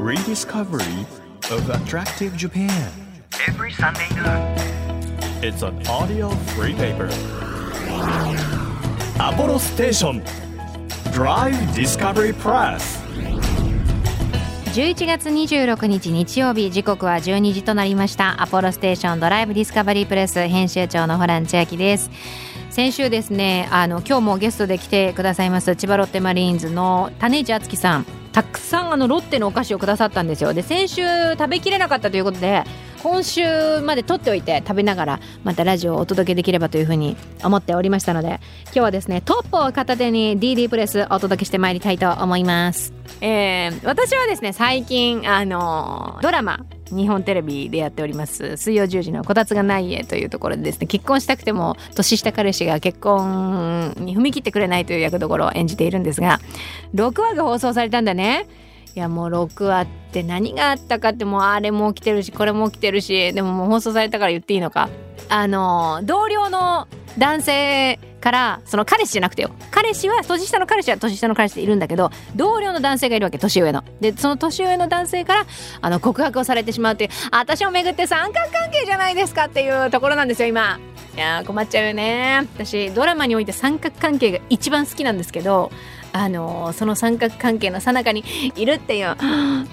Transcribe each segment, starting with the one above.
Rediscovery of Attractive Japan. every Sunday noon. It's an audio free paper. Apollo Station. Drive Discovery Press. 11月26日日曜日時刻は12時となりましたアポロステーションドライブディスカバリープレス編集長のホラン千秋です先週ですねあの今日もゲストで来てくださいます千葉ロッテマリーンズの種市敦樹さんたくさんあのロッテのお菓子をくださったんですよで先週食べきれなかったということで今週まで取っておいて食べながらまたラジオをお届けできればというふうに思っておりましたので今日はですねトップを片手に DD プレスお届けしてまいりたいと思いますえー私はですね最近あのドラマ日本テレビでやっております水曜10時の「こたつがない家」というところでですね結婚したくても年下彼氏が結婚に踏み切ってくれないという役どころを演じているんですが6話が放送されたんだね。いやもう6話って何があったかってもうあれも起きてるしこれも起きてるしでももう放送されたから言っていいのかあの同僚の男性からその彼氏じゃなくてよ彼氏は年下の彼氏は年下の彼氏でいるんだけど同僚の男性がいるわけ年上のでその年上の男性からあの告白をされてしまうっていうあ私を巡って三角関係じゃないですかっていうところなんですよ今いやー困っちゃうよね私ドラマにおいて三角関係が一番好きなんですけどあのーその三角関係の最中にいるっていう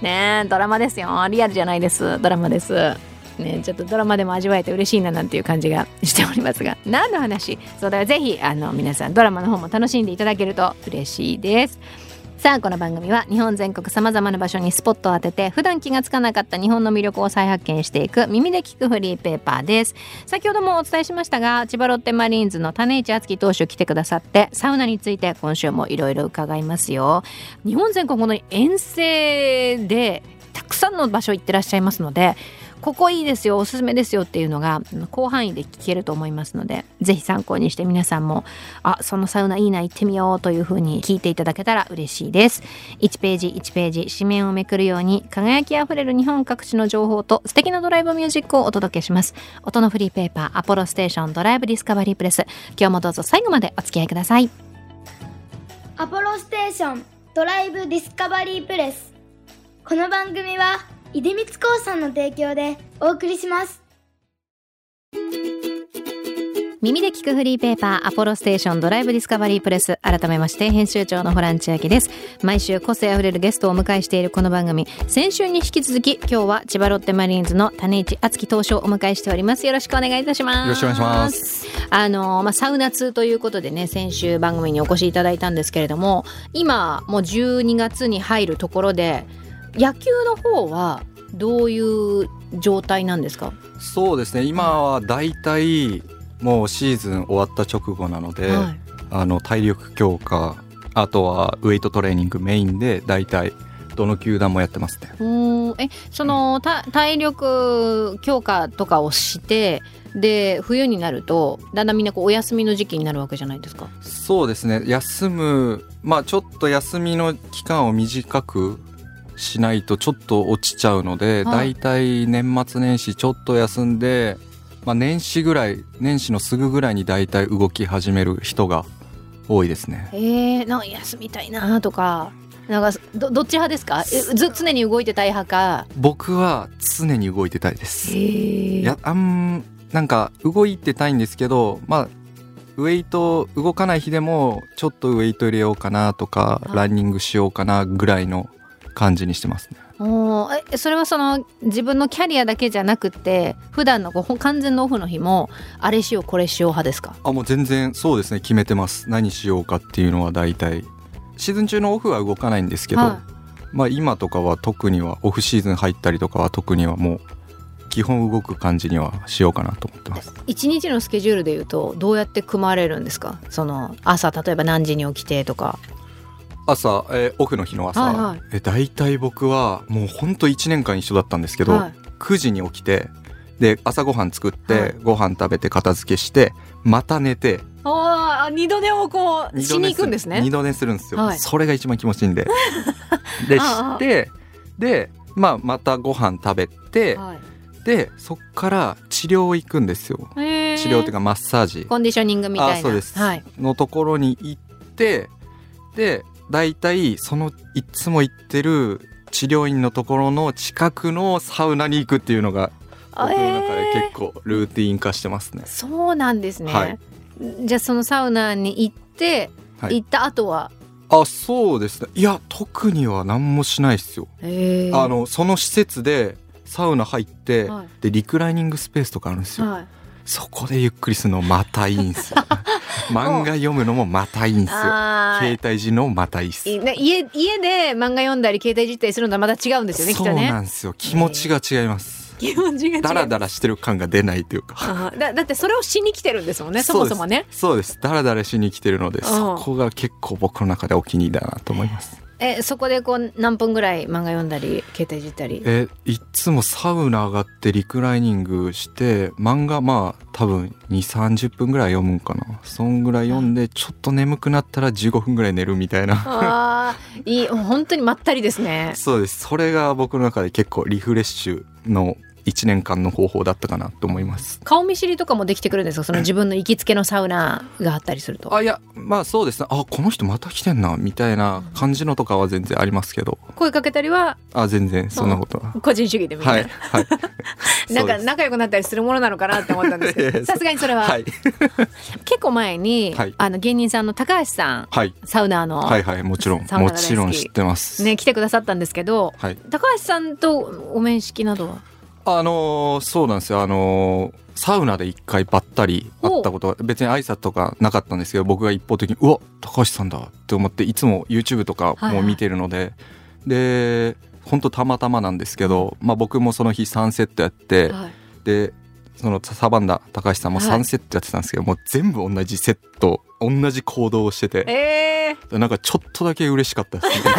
ねードラマですよリアルじゃないですドラマですね、ちょっとドラマでも味わえて嬉しいななんていう感じがしておりますが 何の話そうだからぜひあの皆さんドラマの方も楽しんでいただけると嬉しいですさあこの番組は日本全国さまざまな場所にスポットを当てて普段気がつかなかった日本の魅力を再発見していく耳で聞くフリーペーパーです先ほどもお伝えしましたが千葉ロッテマリーンズの種市敦樹投手来てくださってサウナについて今週もいろいろ伺いますよ日本全国本当に遠征でたくさんの場所行ってらっしゃいますのでここいいですよおすすめですよっていうのがあの広範囲で聞けると思いますのでぜひ参考にして皆さんもあそのサウナいいな行ってみようというふうに聞いていただけたら嬉しいです1ページ1ページ紙面をめくるように輝きあふれる日本各地の情報と素敵なドライブミュージックをお届けします音のフリーペーパーアポロステーションドライブディスカバリープレス今日もどうぞ最後までお付き合いくださいアポロステーションドライブディスカバリープレスこの番組は出光興産の提供でお送りします耳で聞くフリーペーパーアポロステーションドライブディスカバリープレス改めまして編集長のホラン千秋です毎週個性あふれるゲストをお迎えしているこの番組先週に引き続き今日は千葉ロッテマリーンズの種市敦樹投手をお迎えしておりますよろしくお願いいたしますよろしくお願いしますあの、まあ、サウナ通ということでね先週番組にお越しいただいたんですけれども今もう12月に入るところで野球の方はどういう状態なんですか、そうですね今は大体もうシーズン終わった直後なので、はいあの体力強化あとはウエイトトレーニングメインで大体どの球団もやってますねおーえそのた体力強化とかをしてで冬になるとだんだんみんなこうお休みの時期になるわけじゃないですか。そうですね休むまあちょっと休みの期間を短くしないとちょっと落ちちゃうので、は大体年末年始ちょっと休んで、まあ、年始ぐらい年始のすぐぐらいに大体動き始める人が多いですねえー、なんか休みたいなとかなんかどどっち派ですかえず常に動いてたい派か。僕は常に動いてたいです。いえやあんなんか動いてたいんですけどまあウェイト動かない日でもちょっとウェイト入れようかなとかあランニングしようかなぐらいの感じにしてますね。おーえそれはその自分のキャリアだけじゃなくて普段のこうほん完全のオフの日もあれしようこれしよう派ですかあもう全然そうですね決めてます何しようかっていうのは大体シーズン中のオフは動かないんですけど、はまあ今とかは特にはオフシーズン入ったりとかは特にはもう基本動く感じにはしようかなと思ってます。一日のスケジュールでいうとどうやって組まれるんですかその朝例えば何時に起きてとか朝、えーオフの日の朝、はいはいえ大体僕はもうほんと1年間一緒だったんですけど、はい9時に起きてで朝ごはん作って、はいご飯食べて片付けしてまた寝てああ二度寝をこう二し度寝に行くんですね。二度寝するんですよ、はいそれが一番気持ちいい んででああしてで、まあ、またご飯食べてはい、でそっから治療行くんですよ治療っていうかかマッサージコンディショニングみたいな。あそうですはい。のところに行ってで大体そのいつも行ってる治療院のところの近くのサウナに行くっていうのがあ僕の中えでー結構ルーティン化してますね。そうなんですね、はいじゃあそのサウナに行って、はい行った後はあそうですねいや特には何もしないですよ。えーあのその施設でサウナ入って、はいでリクライニングスペースとかあるんですよ、はいそこでゆっくりするのまたいい んですよ漫画読むのもまたいいんですよあー携帯時のもまたいいっすいね家家で漫画読んだり携帯実態するのとはまた違うんですよねきっそうとなねんですよ気持ちが違います、気持ちが違うダラダラしてる感が出ないというかあーだだってそれをしに来てるんですもんねそもそもねそうですそうですダラダラしに来てるのでんそこが結構僕の中でお気に入りだなと思いますえそこでこう何分ぐらい漫画読んだり携帯実ったりえいっつもサウナ上がってリクライニングして漫画まあ多分2三3 0分ぐらい読むんかなそんぐらい読んでちょっと眠くなったら15分ぐらい寝るみたいなあーいい本当にまったりですね そうですそれが僕の中で結構リフレッシュの1年間の方法だったかなと思います顔見知りとかもできてくるんですかその自分の行きつけのサウナがあったりするとあいやまあそうですねあこの人また来てんなみたいな感じのとかは全然ありますけど声かけたりはあ全然そんなことは個人主義でみたはい いな、はいなんそうかです仲良くなったりするものなのかなって思ったん ですけいやいどやさすがにそれは、はい結構前に、はいあの芸人さんの高橋さんはいサウナーの、はいはいもちろんサウナもが大好きちろん知ってますね来てくださったんですけどはい高橋さんとお面識などはあのーそうなんですよあのーサウナで一回ばったり会ったことは別に挨拶とかなかったんですけど僕が一方的に「うわ高橋さんだ」って思っていつも YouTube とかも見てるので、でほんとたまたまなんですけど、まあ、僕もその日3セットやって、はいでそのサバンナ高橋さんもはい3セットやってたんですけど、もう全部同じセット同じ行動をしててえなんかちょっとだけ嬉しかったです ね。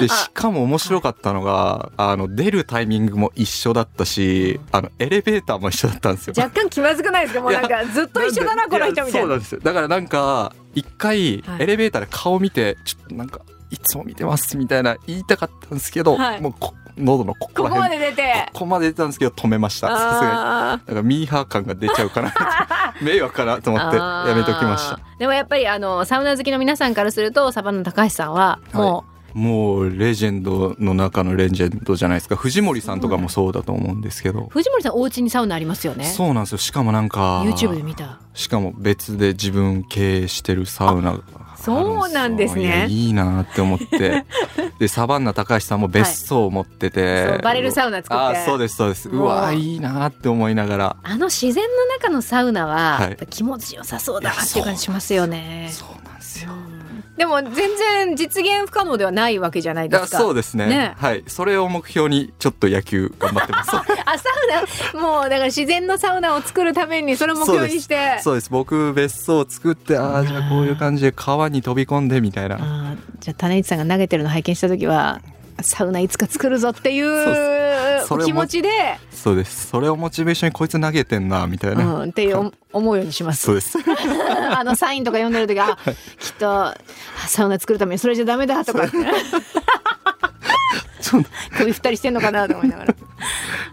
でしかも面白かったのがあの出るタイミングも一緒だったしあのエレベーターも一緒だったんですよ。ー、若干気まずくないですかもうなんかずっと一緒だなこの人みたいやそうななんですよだからなんか一回はいエレベーターで顔見てちょっとなんかいつも見てますみたいな言いたかったんですけど、はいもうこ喉のここここらま辺で出てここまで出たんですけど止めましたさすがに。あーなんかミーハー感が出ちゃうかなって迷惑かなと思ってあーやめときましたでもやっぱりあのサウナ好きの皆さんからするとサバンナ高橋さんはももうレジェンドの中のレジェンドじゃないですか藤森さんとかもそうだと思うんですけどう藤森さんお家にサウナありますよねそうなんですよしかもなんか YouTube で見たしかも別で自分経営してるサウナがあるよそうなんですねいやいいなって思って でサバンナ高橋さんも別荘を持ってて、そうバレルサウナ作ってあそうですそうですうもうわいいなって思いながらあの自然の中のサウナははいやっぱ気持ちよさそうだいやっていう感じしますよねそうなんですよでも全然実現不可能ではないわけじゃないいでやすかそうですねねはいそれを目標にちょっと野球頑張っ てますあサウナ もうだから自然のサウナを作るためにそれを目標にしてそうです僕別荘を作ってああじゃあこういう感じで川に飛び込んでみたいなあーじゃあ種市さんが投げてるの拝見した時はサウナいつか作るぞってそういうすそれも気持ち で、そうですそれをモチベーションにこいつ投げてんなみたいうな、ん、っていう思うようにしますそうです あのサインとか読んでる時あきっとあサウナ作るためにそれじゃダメだとか そう首振ったりしてんのかなと思いな がら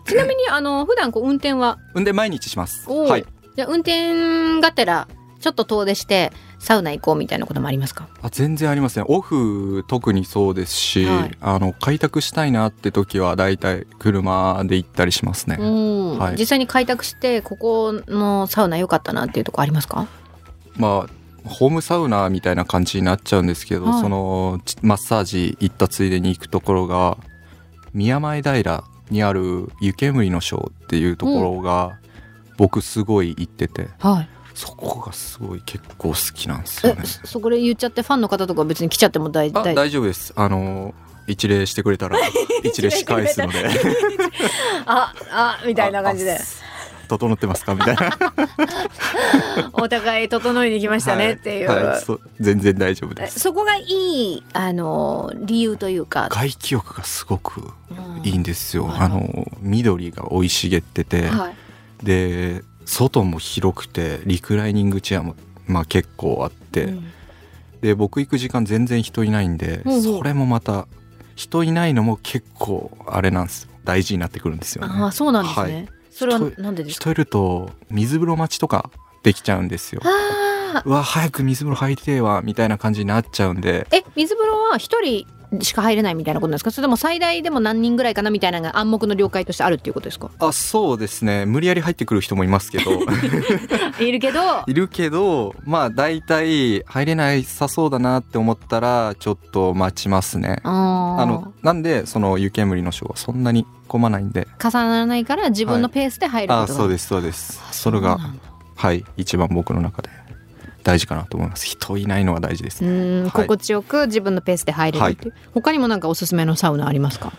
ちなみにあの普段こう運転は運転毎日しますおーはいじゃあ運転がてらちょっと遠出してサウナ行こうみたいなこともありますかあ全然ありませんオフ特にそうですし、はいあの開拓したいなって時はだいたい車で行ったりしますね、うん、はい実際に開拓してここのサウナ良かったなっていうとこありますかまあホームサウナみたいな感じになっちゃうんですけど、はいそのちマッサージ行ったついでに行くところが宮前平にある湯煙のショーっていうところが、僕すごい行っててはいそこがすごい結構好きなんですよえね。そそこで言っちゃってファンの方とか別に来ちゃっても大あ体大丈夫ですあの一礼してくれ たら一礼し返すのでああみたいな感じでああ整ってますかみたいなお互い整いに来ま したねっていう、ははいそう全然大丈夫えですそこがいいあの理由というか、外気浴がすごくうんいいんですよ、はいあの緑が生い茂ってて、はいで外も広くてリクライニングチェアも、まあ、結構あって、うんで僕行く時間全然人いないんで、うんうんそれもまた人いないのも結構あれなんです大事になってくるんですよね。ああそうなんですね、はいそれは人なんでですか人いると水風呂待ちとかできちゃうんですよ。ああうわ早く水風呂入りてえわみたいな感じになっちゃうんでえ水風呂は一人しか入れないみたいなことなんですかそれとも最大でも何人ぐらいかなみたいなのが暗黙の了解としてあるっていうことですかあそうですね無理やり入ってくる人もいますけどいるけどいるけどまあ大体入れないさそうだなって思ったらちょっと待ちますねああのなんでその湯煙のショーはそんなに混まないんで重ならないから自分のペースで入ることが、あそうですそうですあそれがうなんだはい一番僕の中で大事かなと思います人いないのが大事ですうねん、はい心地よく自分のペースで入れるっていう、他にもなんかおすすめのサウナありますか、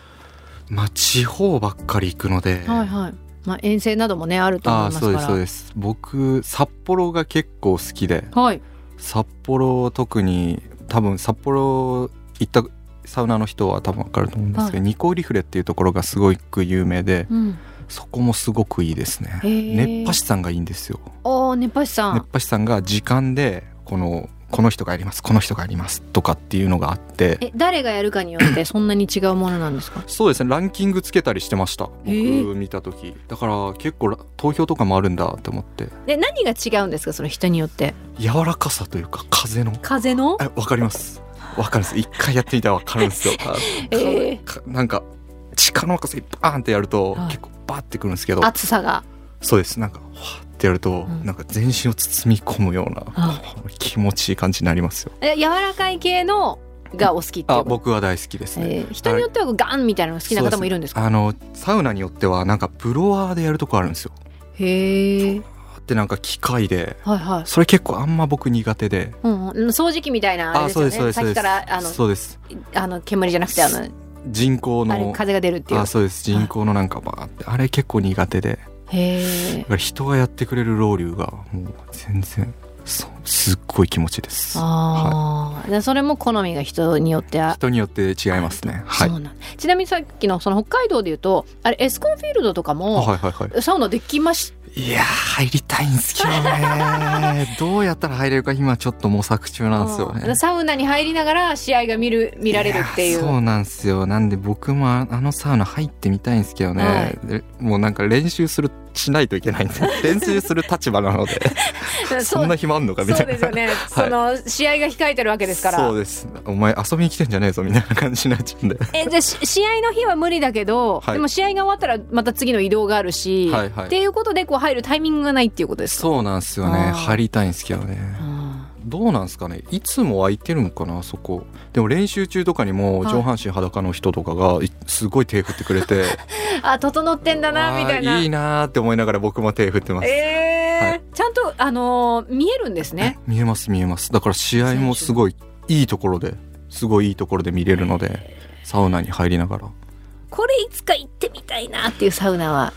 まあ地方ばっかり行くので、はいはい、まあ、遠征などもねあると思いあまあすそうかでらすそうです僕札幌が結構好きではい札幌特に多分札幌行ったサウナの人は多分分かると思うんですけど、ニコリフレっていうところがすごく有名でうん、そこもすごくいいですねへー熱波師さんがいいんですよおー熱波師さ熱ん波師さんが時間でこのこの人がやりますこの人がやりますとかっていうのがあってえ誰がやるかによってそんなに違うものなん ですかそうですねランキングつけたりしてましたへー僕見た時だから結構ら投票とかもあるんだと思ってで何が違うんですかその人によって柔らかさというか風の風のえわかりますわかるんです一回やってみたらわかるんですよあ ええかなんか力の任せバーンってやると、はい結構バーってくるんですけど暑さがそうですなんかわーってやると、うんなんか全身を包み込むような、あこう気持ちいい感じになりますよえ柔らかい系のがお好きっていあうこと僕は大好きですね、えー人によってはこうガンみたいなのが好きな方もいるんですかあのサウナによってはなんかブロワーでやるとこあるんですよへえでなんか機械ではいはい、それ結構あんま僕苦手でうんうん、掃除機みたいなあれですそうよですそうでねすさっきそうですからあのそうですあの煙じゃなくてあの人工あれの風が出るっていうあそうです人工のなんかバーってあれ結構苦手でへえだから人がやってくれるロウリュがもう全然そうすっごい気持ちいいですああ、でそれも好みが人によってあ、人によって違いますねはいそうなんちなみにさっきのその北海道で言うとあれエスコンフィールドとかあも、はいはいはいサウナできましいやー入りたいんですけど ねどうやったら入れるか今ちょっと模索中たなんですよねサウナに入りながら試合が見る見られるっていうやそうなんですよなんで僕もああのサウナ入ってみたいんですけどね、はでもうなんか練習するしないとい けないんで練習する立場なのでそうそんな暇あんのかみたそいうなですよね、その試合が控えてるわけですからそうですお前遊びに来てんじゃねえぞみたいな感じになっちゃうんでえじゃあし試合の日は無理だけど、はいでも試合が終わったらまた次の移動があるし、はいはいっていうことでこう入るタイミングがないっていうことですかそうなんですよねあー入りたいんですけどねあどうなんですかねいつも空いてるのかなあそこでも練習中とかにもはい上半身裸の人とかがいすごい手振ってくれてーあ整って んだなみたいあなーいいなーって思いながら僕も手振ってますえーはちゃんとあのー見えるんですね。見えます見えますだから試合もすごいいいところですごいいいところで見れるのでサウナに入りながらこれいつか行ってみたいなっていうサウナは。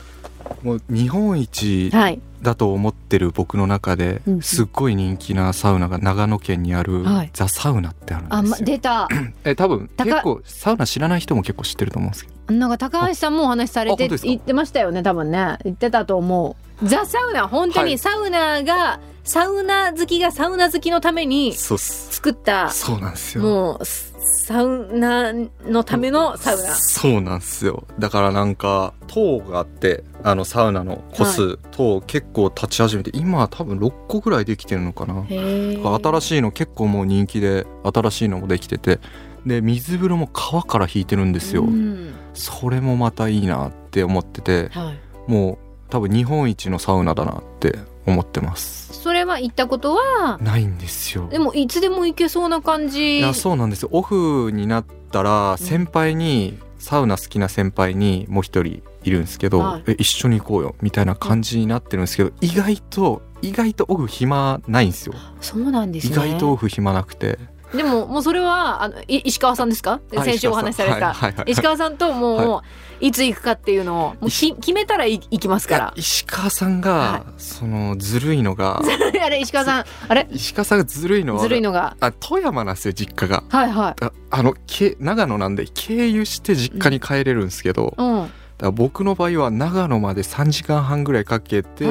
もう日本一はい。だと思ってる僕の中でうんすっごい人気なサウナが長野県にあるはいザ・サウナってあるんですよ、あ、ま、出た。え多分高結構サウナ知らない人も結構知ってると思うんですけどなんか高橋さんもお話しされあて本当ですか言ってましたよね。多分ね、言ってたと思う。ザサウナ本当はにいサウナが、サウナ好きがサウナ好きのためにそうっす作ったそうなんですよもうサウナのためのサウナ。そうなんですよだからなんか塔があってあのサウナの個数、塔結構立ち始めて今多分6個ぐらいできてるのかなへえ。新しいの結構もう人気で新しいのもできててで水風呂も川から引いてるんですよ、うんそれもまたいいなって思っててはい。もう多分日本一のサウナだなって思ってますそれは行ったことは、ないんですよでもいつでも行けそうな感じ。いやそうなんですよオフになったら先輩に、サウナ好きな先輩にもう一人いるんですけど、はいえ一緒に行こうよみたいな感じになってるんですけど意外と意外とオフ暇ないんですよそうなんです意ね。外とオフ暇なくてでももうそれはあのい石川さんですかあ先週お話しされたはいはいはいはい石川さんともう、い、つ行くかっていうのをもうき決めたらい行きますか石川さんはがそのずるいの がらあれ石川さんあれ石川さんがずるいのはずるいのがあ富山なんですよ実家がはいはいああのけ長野なんで経由して実家に帰れるんですけど、だかうん、はら僕の場合は長野まで3時間半ぐらいかけて、い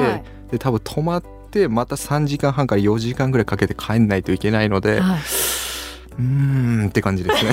で多分泊まってまた3時間半から4時間ぐらいかけて帰んないといけないので、 はい、うーんって感じで すね。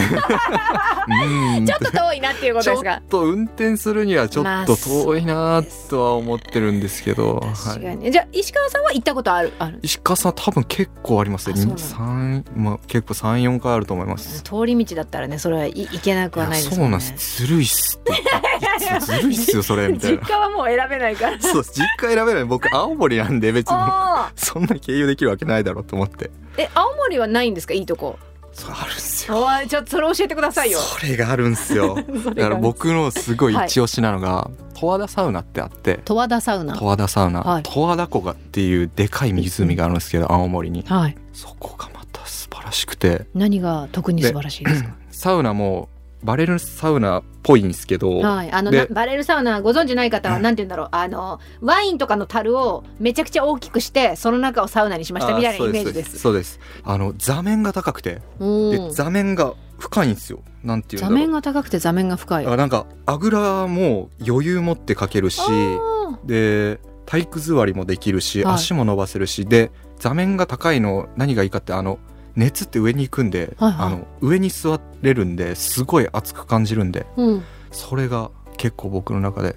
うーんちょっと遠いなっていうことちでょすがっ。と運転するにはちょまあっと遠いなとは思ってるんですけど、確はかい、に。じゃあ石川さんは行ったことあるある。石川さん多分結構ありますあそうなねんだ三まあ、結構34回あると思います。通り道だったらねそれはい行けなくはないですいやそもうんなんね。ですずるいっすって言ってずるいっすよそれみたい実 な家はもう選べないから。 そう実家選べない僕青森なんで別にああ。そんな経由できるわけないだろうと思ってえ青森はないんですかいいとこ。そうあるんすよおいちょっとそれ教えてくださいよ。それがあるんす よだから僕のすごい一押しなのが、十和田サウナってあって十和田サウナ十。和田サウナ、はい十和田湖がっていうでかい湖があるんですけど青森にはい。そこがまた素晴らしくて何が特に素晴らしいですか。サウナもバレルサウナっぽいんですけど、はい。あのなでバレルサウナご存知ない方はうんなんて言うんだろう。あのワインとかの樽をめちゃくちゃ大きくしてその中をサウナにしましたみたいなイメージです。そうですそうですあの座面が高くてでうん座面が深いんですよなんていうんだ座ろう面が高くて座面が深い。だからなんかあぐらも余裕持ってかけるしあで体育座りもできるし、はい足も伸ばせるしで座面が高いの何がいいかってあの熱って上に行くんで、はいはいあの上に座れるんですごい熱く感じるんでーうん。それが結構僕の中で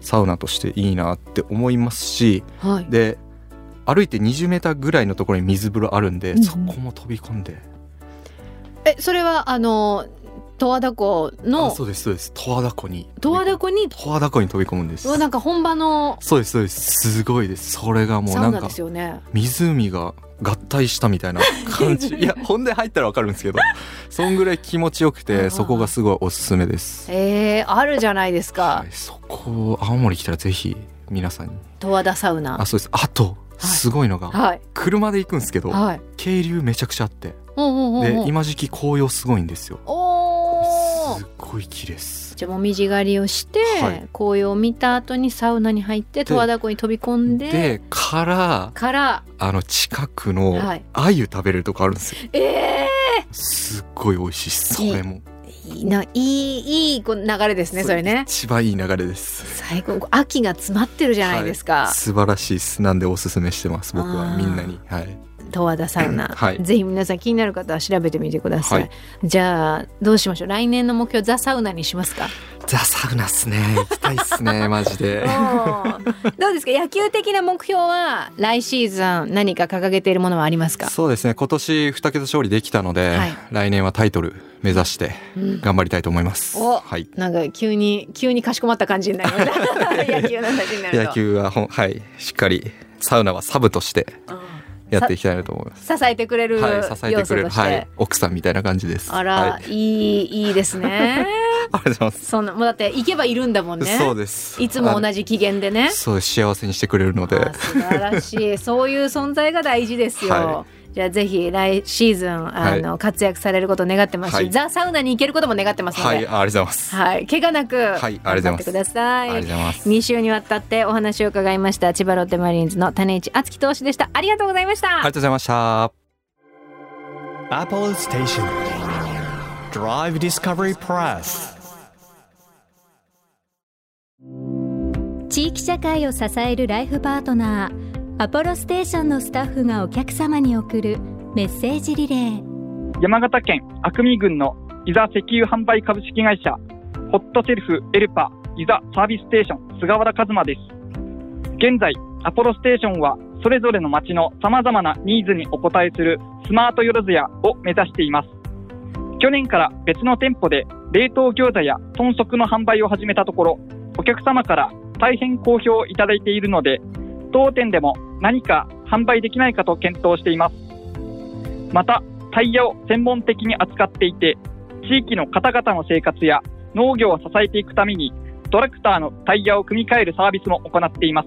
サウナとしていいなって思いますしはい。で歩いて 20m ぐらいのところに水風呂あるんで、うんうんそこも飛び込んでえそれはあの十和田湖あのそうですそうです十和田湖に十和田湖湖に十和田湖に飛び込むんですうわなんか本場のそうですそうですすごいですそれがもうサなウんナかですよね。湖が合体したみたいな 感じいや本で入ったらわかるんですけどそんぐらい気持ちよくうんうんうてんそこがすごいおすすめです、えー、あるじゃないですかはい、そこ青森来たらぜひ皆さんに十和田サウナあ。そうですあといすごいのが、はい車で行くんですけどはい。渓流めちゃくちゃあってうんうんうんうでん。今時期紅葉すごいんですよおすーっごい綺麗ですじゃあもみじ狩りをして、はい紅葉を見た後にサウナに入って十和田湖に飛び込んででからからあの近くのはい鮎食べれるとこあるんですよええすっごい美味しいそれもー、いいないいいいこう流れですねそれね。一番いい流れです最高秋が詰まってるじゃないですか。素晴らしいですなんでおすすめしてます僕あーはみんなにはい十和田サウナ、はいぜひ皆さん気になる方は調べてみてください、はいじゃあどうしましょう来年の目標ザサウナにします かザサウナっすね 行きたいっすねマジでどうですか野球的な目標は来シーズン何か掲げているものはありますか、そうですね今年二桁勝利できたので、はい来年はタイトル目指してうん頑張りたいと思います、おはいなんか急に急にかしこまった感じになりました野 球の話になると 野球はほんはいしっかりサウナはサブとしてうんやっていきたいなと思います支えてくれるはい要素とし支て,、えてくれるはい奥さんみたいな感じですあら、はい、ありい、いいいですねがとうございますそんなもうだって行けばいるんだもんねそうですいつもじ同じ機嫌でねそうです幸せにしてくれるのであー素晴らしいそういう存在が大事ですよ、はじゃあぜひ来シーズンあの、活躍されることを願ってますし、はいザ・サウナに行けることも願ってますのはで、いありがとうございます、はい怪我なくあり頑張がとうございっまてすくださありがとうございます2週にわたってお話を伺いました千葉ロッテマリーンズの種市敦樹投手でしたありがとうございましたありがとうございました Apollo Station. Drive Discovery Press. 地域社会を支えるライフパートナーアポロステーションのスタッフがお客様に送るメッセージリレー山形県阿久見郡の伊沢石油販売株式会社ホットシェルフエルパ伊沢サービスステーション菅原和馬です現在アポロステーションはそれぞれの町のさまざまなニーズにお応えするスマートよろずやを目指しています去年から別の店舗で冷凍餃子や豚足の販売を始めたところお客様から大変好評をいただいているので当店でも何か販売できないかと検討していますまたタイヤを専門的に扱っていて地域の方々の生活や農業を支えていくためにトラクターのタイヤを組み替えるサービスも行っています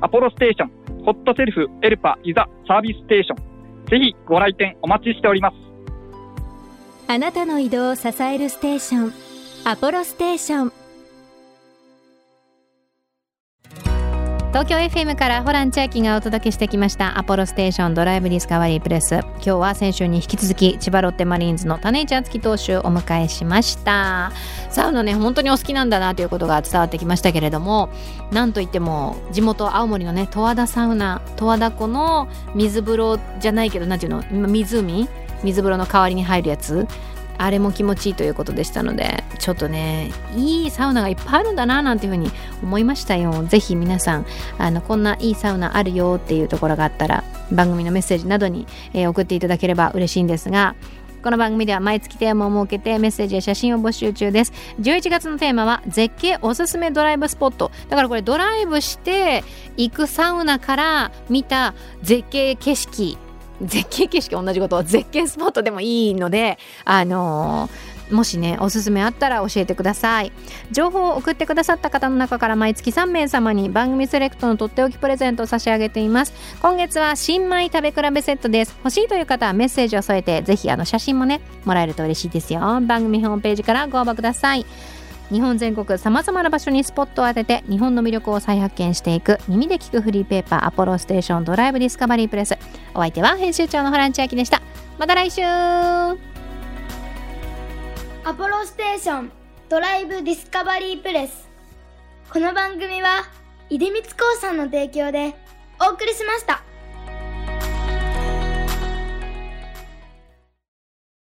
アポロステーションホットセルフエルパイザサービスステーションぜひご来店お待ちしておりますあなたの移動を支えるステーションアポロステーション東京 FM からホラン千秋がお届けしてきました「アポロステーションドライブ・ディスカバリー・プレス」今日は先週に引き続き千葉ロッテマリーンズの種市敦樹投手をお迎えしましたサウナね本当にお好きなんだなということが伝わってきましたけれどもなんといっても地元青森のね十和田サウナ十和田湖の水風呂じゃないけどなんていうの湖水風呂の代わりに入るやつあれも気持ちいいということでしたのでちょっとねいいサウナがいっぱいあるんだななんていうふうに思いましたよぜひ皆さんあのこんないいサウナあるよっていうところがあったら番組のメッセージなどに、えー送っていただければ嬉しいんですがこの番組では毎月テーマを設けてメッセージや写真を募集中です11月のテーマは絶景おすすめドライブスポットだからこれドライブして行くサウナから見た絶景景色絶景景色同じことを絶景スポットでもいいのであのーもしねおすすめあったら教えてください情報を送ってくださった方の中から毎月3名様に番組セレクトのとっておきプレゼントを差し上げています今月は新米食べ比べセットです欲しいという方はメッセージを添えてぜひあの写真もねもらえると嬉しいですよ番組ホームページからご応募ください日本全国さまざまな場所にスポットを当てて日本の魅力を再発見していく耳で聞くフリーペーパーアポロステーションドライブディスカバリープレスお相手は編集長のホラン千秋でしたまた来週アポロステーションドライブディスカバリープレスこの番組は出光興産の提供でお送りしました。